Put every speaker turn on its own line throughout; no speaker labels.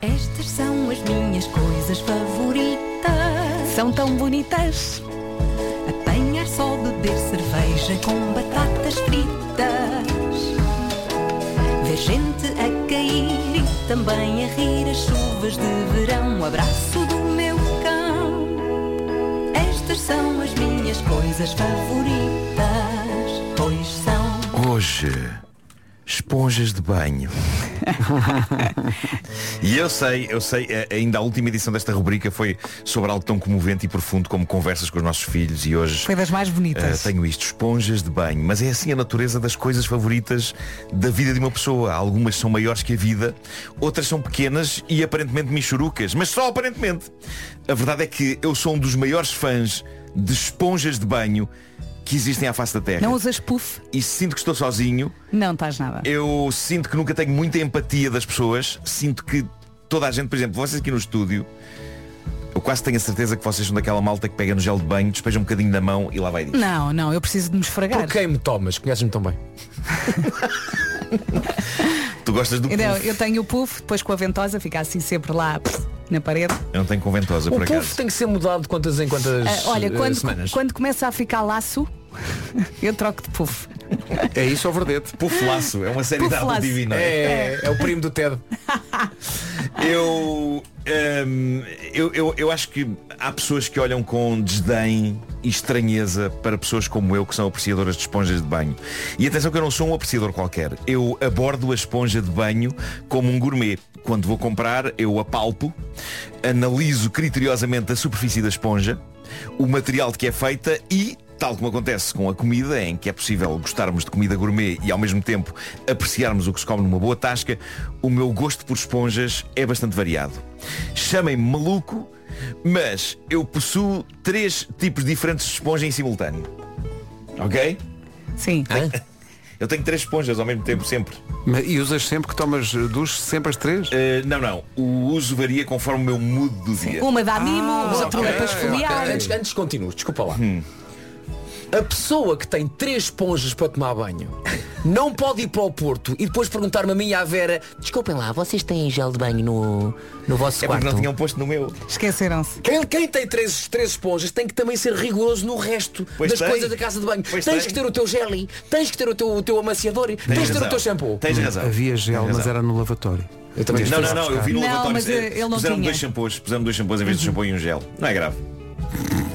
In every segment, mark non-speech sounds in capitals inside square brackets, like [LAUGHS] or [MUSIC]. Estas são as minhas coisas favoritas. São tão bonitas. Apanhar só, beber cerveja com batatas fritas. Ver gente a cair e também a rir as chuvas de verão. O abraço do meu cão. Estas são as minhas coisas favoritas. Pois são.
Hoje, esponjas de banho. e eu sei, eu sei, a- ainda a última edição desta rubrica foi sobre algo tão comovente e profundo como conversas com os nossos filhos e hoje
Foi das mais
ah,
bonitas.
tenho isto, esponjas de banho. Mas é assim a natureza das coisas favoritas da vida de uma pessoa. Algumas são maiores que a vida, outras são pequenas e aparentemente michurucas, mas só aparentemente. A verdade é que eu sou um dos maiores fãs de esponjas de banho que existem à face da Terra.
Não usas puff?
E sinto que estou sozinho.
Não estás nada.
Eu sinto que nunca tenho muita empatia das pessoas. Sinto que toda a gente, por exemplo, vocês aqui no estúdio, eu quase tenho a certeza que vocês são daquela malta que pega no gel de banho, despeja um bocadinho na mão e lá vai disso.
Não, não, eu preciso de me esfregar.
Por quem me tomas? Conheces-me tão bem.
Tu gostas do puff?
Então, eu tenho o puff, depois com a ventosa fica assim sempre lá pff, na parede.
Eu não tenho conventosa,
O
por
povo
acaso.
tem que ser mudado de quantas em quantas
Ah, olha,
eh,
quando,
semanas.
quando começa a ficar laço, [LAUGHS] eu troco de puff.
É isso ou verdade?
Puff laço, é uma série
Puff
da Apple
Laço.
TV, não é?
É, é o primo do Ted.
Eu, hum, eu, eu, eu acho que há pessoas que olham com desdém e estranheza para pessoas como eu que são apreciadoras de esponjas de banho. E atenção que eu não sou um apreciador qualquer. Eu abordo a esponja de banho como um gourmet. Quando vou comprar, eu apalpo, analiso criteriosamente a superfície da esponja, o material de que é feita e Tal como acontece com a comida, em que é possível gostarmos de comida gourmet e ao mesmo tempo apreciarmos o que se come numa boa tasca, o meu gosto por esponjas é bastante variado. Chamem-me maluco, mas eu possuo três tipos diferentes de esponja em simultâneo. Ok?
Sim.
Ah,
Eu tenho três esponjas ao mesmo tempo sempre.
Mas- E usas sempre que tomas eh, duche, sempre as três?
Eh, não, não. O uso varia conforme o meu mood do dia.
Um
Uma dá mimo,
ah,
outra
ok,
é para esfoliar.
Antes, antes continuo, desculpa lá.
Hum.
A pessoa que tem três esponjas para tomar banho não pode ir para o Porto e depois perguntar-me a mim e à Vera Desculpem lá, vocês têm gel de banho no, no vosso
É porque
quarto?
não tinham posto no meu.
Esqueceram-se.
Quem, quem tem três, três esponjas tem que também ser rigoroso no resto
Pois
das
tem.
coisas da casa de banho.
Pois
tens
tem.
que ter o teu gel, tens que ter o teu, o teu amaciador, tens, que ter
razão.
o teu shampoo.
Tens razão.
Havia
Tens
gel, mas
razão.
era no lavatório.
Eu também
Não, não, não, eu vi no
Não,
relatório.
mas, eh, ele não
puseram
tinha.
dois shampoos, pusemos dois shampoos em vez de shampoo e um gel. Não é grave.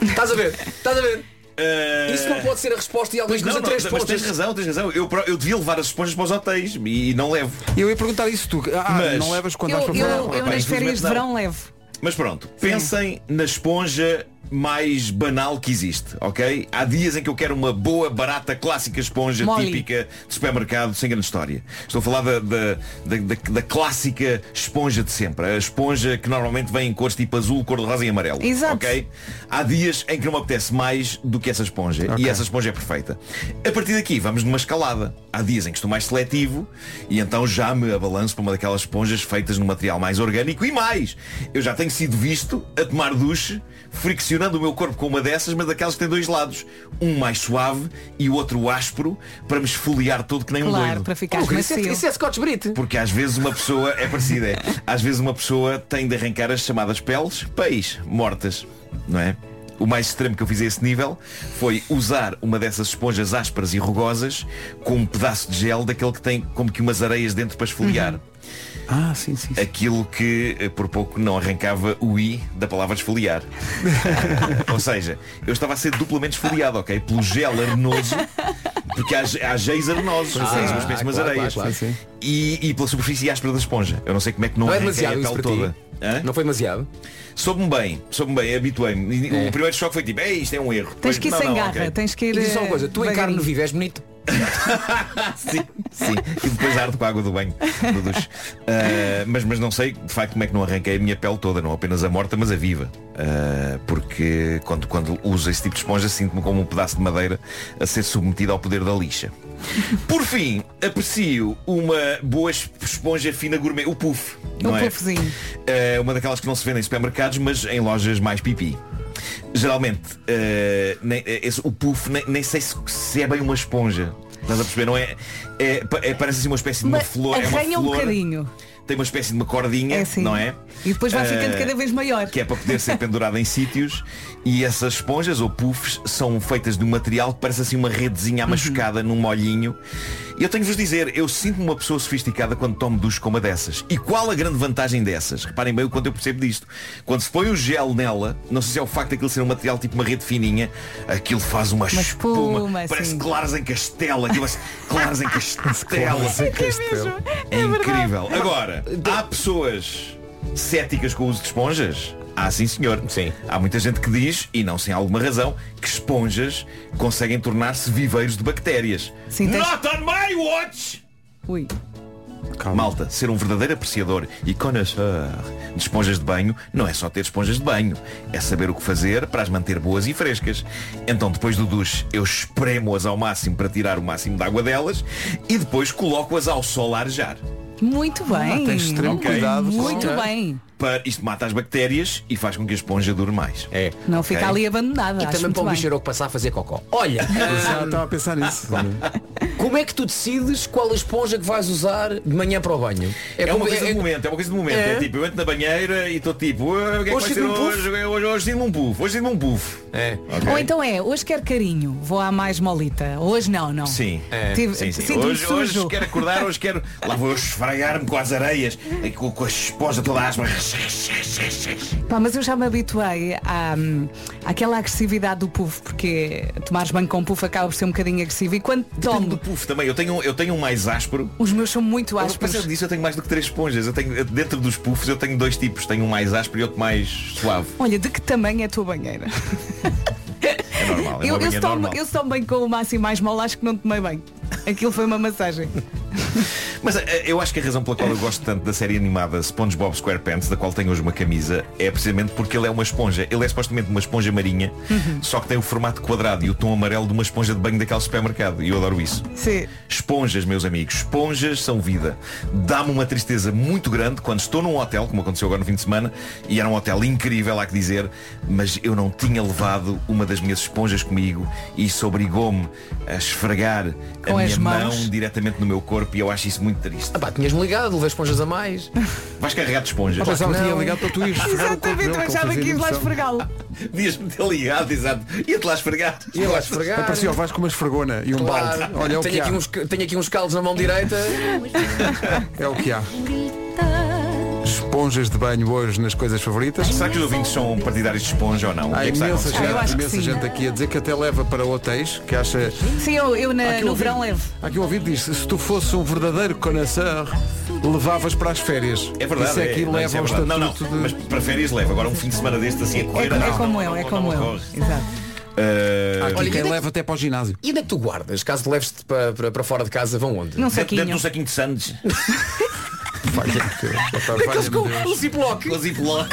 Estás a ver? Estás a ver?
Eh,
Isso não pode ser a resposta e alguém
Pois
que
não,
usa
não,
três
mas tens
esponjas.
razão, tens razão. Eu, pro- eu devia levar as esponjas para os hotéis e não levo.
Eu ia perguntar isso tu. Ah,
Mas-
não levas quando
Eu,
vais para
eu-
fora?
um
eu
Não, epá,
nas
infelizmente
férias de
não.
verão levo.
Mas pronto, pensem na esponja mais banal que existe, ok? Há dias em que eu quero uma boa, barata, clássica esponja
Molly.
típica de supermercado sem grande história. Estou a falar da, da, da, da- da clássica esponja de sempre. A esponja que normalmente vem em cores tipo azul, cor de rosa e amarelo.
Exato.
ok? Há dias em que não me apetece mais do que essa esponja. E essa esponja é perfeita. A partir daqui vamos numa escalada. Há dias em que estou mais seletivo e então já me abalanço para uma daquelas esponjas feitas num material mais orgânico e mais. Eu já tenho sido visto a tomar duche, friccionando o meu corpo com uma dessas, mas daquelas que têm dois lados. Um mais suave e o outro áspero para me esfoliar todo que nem um
Claro,
doido.
para ficar
Isso é,
macio.
isso é Scotch Brite.
Porque às vezes uma pessoa é parecida. é. Às vezes uma pessoa tem de arrancar as chamadas peles, pais, mortas, não é? O mais extremo que eu fiz a esse nível foi usar uma dessas esponjas ásperas e rugosas com um pedaço de gel daquele que tem como que umas areias dentro para esfoliar.
Ah, sim, sim. sim.
Aquilo que eh, por pouco não arrancava o i da palavra esfoliar. Eh, ou seja, eu estava a ser duplamente esfoliado, ok? Pelo gel arenoso, porque há, há géis arenosos, ah, uma espécie de umas
é. claro,
areias.
claro, claro.
E, e pela superfície áspera da esponja. Eu não sei como é que não,
Não é
arranquei a
demasiado
pele
isso para
toda.
ti.
Hã?
Não foi demasiado.
Soube-me bem, soube-me bem, habituei-me. E
É.
O primeiro choque foi tipo, ei, isto é um erro.
Tens
Depois,
que ir
"Não,
sem
não,
garra,
ok."
tens que
E
ir.
diz só uma coisa,
eh,
tu em carne
devagarinho.
viva és bonito.
sim, sim. E depois ardo com a água do banho. do duche. Ah, mas, mas não sei de facto como é que não arranquei a minha pele toda, não apenas a morta, mas a viva. Ah, porque quando, quando uso esse tipo de esponja sinto-me como um pedaço de madeira a ser submetido ao poder da lixa. Por fim, aprecio uma boa es- esponja fina gourmet, o puff.
Um
não é?
puffzinho.
É uma daquelas que não se vende em supermercados, mas em lojas mais pipi. Geralmente, eh, nem- eh, esse- o puff nem, nem sei se, se é bem uma esponja. Estás a perceber? Não é, é, pa- é- parece assim uma espécie de uma
Mas
flor. é uma
arranha um
flor.
bocadinho.
tem uma espécie de uma cordinha,
É assim.
não é?
E depois vai ficando
Eh,
cada vez maior.
que é para poder ser pendurada em sítios e essas esponjas ou puffs são feitas de um material que parece assim uma redezinha
Uhum.
amachucada num molhinho e eu tenho de vos dizer, eu sinto-me uma pessoa sofisticada quando tomo duche com uma dessas e qual a grande vantagem dessas? Reparem bem o quanto eu percebo disto quando se põe o gel nela, não sei se é o facto daquilo ser um material tipo uma rede fininha aquilo faz uma, espuma,
espuma,
parece
sim.
claras em castelo aquilo parece claras
[LAUGHS]
em castelo é,
verdade.
incrível. Agora, há pessoas céticas com o uso de esponjas? Ah, sim senhor.
Sim.
Há muita gente que diz, e não sem alguma razão, que esponjas conseguem tornar-se viveiros de bactérias.
Sim, tens-
Not on my watch!
Ui.
Malta, ser um verdadeiro apreciador e connoisseur de esponjas de banho não é só ter esponjas de banho, é saber o que fazer para as manter boas e frescas. Então depois do duche eu espremo-as ao máximo para tirar o máximo de água delas e depois coloco-as ao sol a arejar.
Muito
Ah,
bem.
Ah, Tens
um
extremo
Ok.
cuidado. com-
Muito bem.
para, isto mata as bactérias e faz com que a esponja dure mais.
É.
Não
Ok.
fica ali abandonada.
E
acho
também
muito
para o
bem.
bicheiro que passar a fazer cocó. Olha,
Eu Já estava a pensar nisso.
como é que tu decides qual a esponja que vais usar de manhã para o banho?
É,
como-
uma coisa
é-
de momento, é uma coisa de momento.
É.
É, tipo, eu entro na banheira e estou tipo, "Ah, o que é que
Hoje
vai ser
sinto-me um puff."
hoje? Hoje, hoje sinto-me um puff, hoje sinto-me um puff.
É.
Ok?
Ou então é, hoje quero carinho, vou à mais molita. Hoje não, não.
Sim.
É.
Tive-
Sim, sim.
sinto-me
Hoje, hoje
sujo.
quero acordar, hoje quero. Lá vou eu esfregar-me com as areias, e com, com a esponja toda a asma.
Pá, mas eu já me habituei à, àquela agressividade do puff, porque tomares banho com puff acaba por ser um bocadinho agressivo. E quando
Tenho do
tomo,
puff também. Eu tenho, eu tenho um mais áspero.
os meus são muito
Mas apesar
ásperos.
disso eu tenho mais do que três esponjas. Eu tenho, eu- dentro dos puffs eu tenho dois tipos. Tenho um mais áspero e outro mais suave.
Olha, de que tamanho é a tua banheira?
É normal. É uma
eu, eu,
banheira
se tomo,
normal.
eu se tomo banho com o máximo mais mole, acho que não tomei bem. Aquilo foi uma massagem.
Mas eh, eu acho que a razão pela qual eu gosto tanto da série animada SpongeBob SquarePants, da qual tenho hoje uma camisa, é precisamente porque ele é uma esponja. Ele é supostamente uma esponja marinha, só que tem o formato quadrado e o tom amarelo de uma esponja de banho daquele supermercado. E eu adoro isso. [LAUGHS]
Sim.
Esponjas, meus amigos, esponjas são vida. Dá-me uma tristeza muito grande quando estou num hotel, como aconteceu agora no fim de semana, e era um hotel incrível, há que dizer, mas eu não tinha levado uma das minhas esponjas comigo e isso obrigou-me a esfregar
Com
a
as
minha
mãos.
mão diretamente no meu corpo e eu acho isso muito triste.
Ah pá, tinhas-me ligado, levei esponjas a mais.
Vais carregar de esponja.
Eu pensava que tinha ligado para tu ires esfregar o corpo dele,
Exatamente, eu
que ele
achava
fazia
que ia lá
impressão.
esfregá-lo.
Ah. Podias-me ter ligado, exato. Ia-te lá esfregar. [LAUGHS]
Ia lá esfregar.
Apareceu, vais com uma esfregona e um balde.
Claro.
Olha, é o que
tenho,
há.
aqui uns, tenho aqui uns caldos na mão direita.
É o que há. Esponjas de banho hoje nas coisas favoritas.
Será que os ouvintes são partidários de esponja ou não? O que
Há
é que está a
imensa
acontecer?
Ah, eu
gente,
acho que
imensa
sim.
gente aqui a dizer que até leva para hotéis, que acha.
Sim, eu, eu na-
Ah,
Há aqui um
no
ouvinte-
verão levo.
Há aqui um ouvinte diz, se tu fosse um verdadeiro connoisseur, levavas para as férias.
É verdade.
Isso é que
é, não, isso
leva
é
ao
verdade.
estatuto
Não, não,
de...
mas para férias leva. Agora um fim de semana deste assim a
É,
correr.
co- é
não, não,
como
não,
eu, é Ah, um
não,
como
não
eu.
ocorre.
Exato.
Eh,
Há aqui
Olha,
quem
ainda-
leva até para o ginásio.
E onde é que tu guardas? Caso te leves para, para, para fora de casa, vão onde?
Num
dentro, dentro de
saquinho.
um saquinho de sandes.
Aqueles
um
com o Ziploc.
Com ziploc.